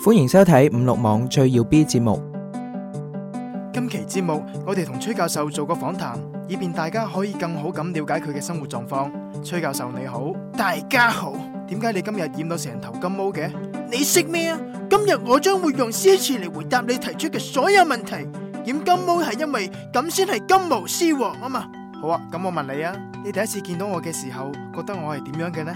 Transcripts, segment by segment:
歡迎收睇五六網最耀 B 節目。今期節目，我哋同崔教授做個訪談，以便大家可以更好咁了解佢嘅生活狀況。崔教授你好，大家好。點解你今日染到成頭金毛嘅？你識咩啊？今日我將會用詩詞嚟回答你提出嘅所有問題。染金毛係因為咁先係金毛獅王啊嘛。好啊，咁我問你啊，你第一次見到我嘅時候，覺得我係點樣嘅呢？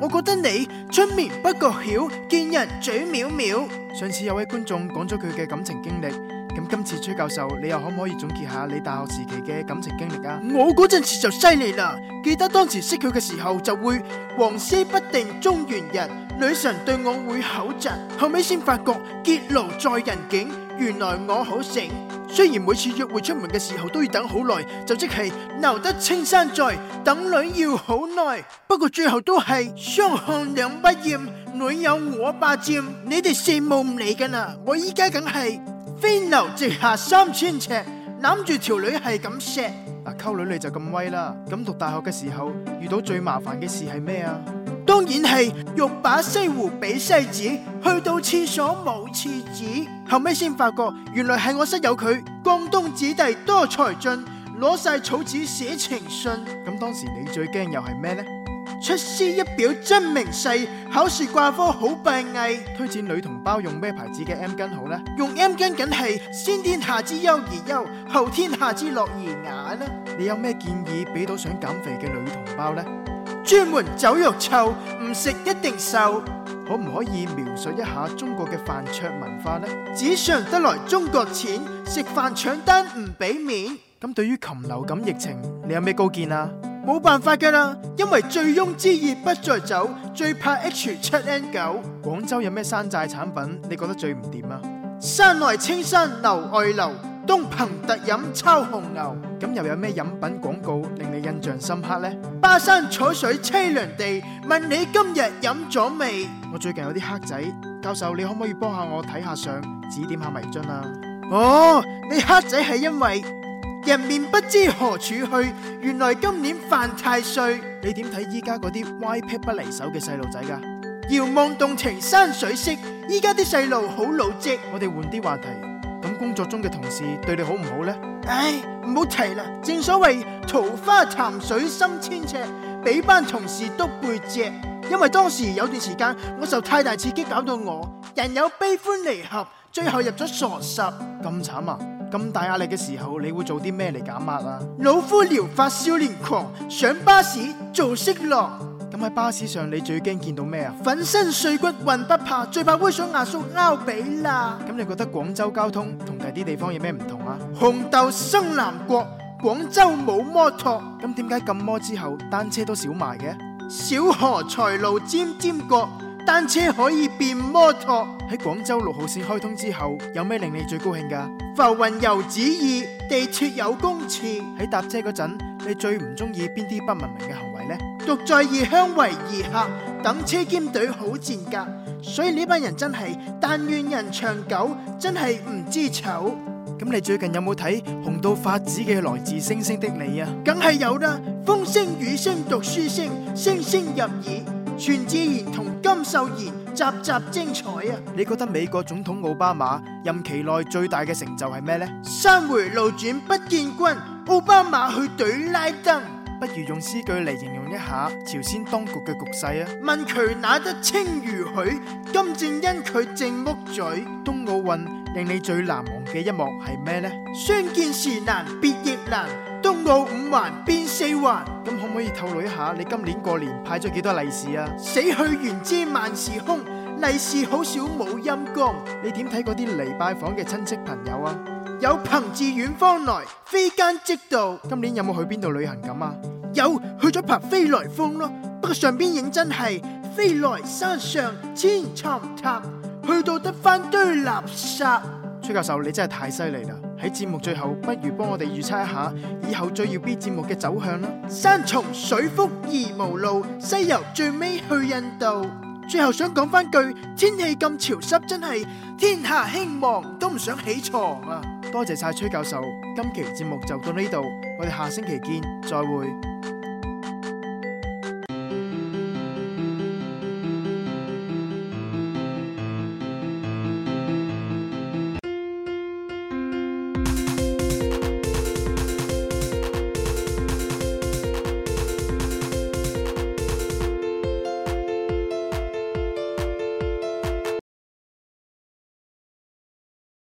我覺得你春眠不覺曉，見人嘴藐藐。上次有位觀眾講咗佢嘅感情經歷，咁今次崔教授，你又可唔可以總結下你大學時期嘅感情經歷啊？我嗰陣時就犀利啦，記得當時識佢嘅時候就會黃絲不定中原人，女神對我會口窒，後尾先發覺結廬在人境，原來我好醒。雖然每次約會出門嘅時候都要等好耐，就即係留得青山在，等女要好耐。不過最後都係相看兩不厭，女友我霸佔，你哋羨慕唔嚟㗎啦。我依家梗係飛流直下三千尺，攬住條女係咁錫。嗱，溝女你就咁威啦。咁讀大學嘅時候遇到最麻煩嘅事係咩啊？當然係欲把西湖比西子，去到廁所冇廁紙，後尾先發覺原來係我室友佢江東子弟多才俊，攞晒草紙寫情信。咁當時你最驚又係咩呢？出師一表真名世，考試掛科好閉翳。推薦女同胞用咩牌子嘅 M 巾好呢？用 M 巾梗係先天下之憂而憂，後天下之樂而雅啦。你有咩建議俾到想減肥嘅女同胞呢？專門走肉臭，唔食一定瘦。可唔可以描述一下中國嘅飯桌文化呢？紙上得來中國錢，食飯搶單唔俾面。咁對於禽流感疫情，你有咩高見啊？冇辦法㗎啦，因為醉翁之意不在酒，最怕 H 七 N 九。廣州有咩山寨產品你覺得最唔掂啊？山外青山樓外樓，東鵬特飲抄紅牛。咁又有咩飲品廣告令你印象深刻呢？巴山楚水淒涼地，問你今日飲咗未？我最近有啲黑仔，教授你可唔可以幫下我睇下相，指點下迷津啊？哦，你黑仔係因為人面不知何處去，原來今年犯太歲。你點睇依家嗰啲歪撇不離手嘅細路仔㗎？遙望洞庭山水色，依家啲細路好老積。我哋換啲話題，咁工作中嘅同事對你好唔好呢？唉，唔好提啦。正所謂桃花潭水深千尺，俾班同事篤背脊。因為當時有段時間我受太大刺激，搞到我人有悲歡離合，最後入咗傻十。咁慘啊！咁大壓力嘅時候，你會做啲咩嚟減壓啊？老夫聊發少年狂，上巴士做色狼。咁喺巴士上，你最驚見到咩啊？粉身碎骨渾不怕，最怕猥瑣阿叔拗髀啦。咁你覺得廣州交通同第啲地方有咩唔同啊？紅豆生南國，廣州冇摩托。咁點解禁摩之後單車都少埋嘅？小荷才露尖尖角，單車可以變摩托。喺廣州六號線開通之後，有咩令你最高興㗎？浮雲遊子意，地鐵有公廁。喺搭車嗰陣，你最唔中意邊啲不文明嘅行為呢？獨在異鄉為異客，等車兼隊好賤格。所以呢班人真係，但願人長久，真係唔知醜。咁你最近有冇睇紅到發紫嘅來自星星的你啊？梗係有啦，風聲雨聲讀書聲，聲聲入耳。全智賢同金秀賢，集集精彩啊！你覺得美國總統奧巴馬任期內最大嘅成就係咩呢？山回路轉不見君，奧巴馬去懟拉登。不如用詩句嚟形容一下朝鮮當局嘅局勢啊！問渠那得清如許，金正恩佢正屋嘴。東奧運令你最難忘嘅一幕係咩呢？相見時難別亦難，東奧五環變四環。咁可唔可以透露一下你今年過年派咗幾多利是啊？死去原知萬事空，利是好少冇陰功。你點睇嗰啲嚟拜訪嘅親戚朋友啊？有朋自遠方來，非奸即盜。今年有冇去邊度旅行咁啊？有去咗拍飛來峰咯，不過上邊影真係飛來山上千尋塔，去到得翻堆垃圾。崔教授，你真係太犀利啦！喺節目最後，不如幫我哋預測一下以後最耀 B 節目嘅走向啦。山重水複疑無路，西遊最尾去印度。最後想講翻句，天氣咁潮濕，真係天下興亡，都唔想起床啊！多謝晒崔教授，今期節目就到呢度，我哋下星期見，再會。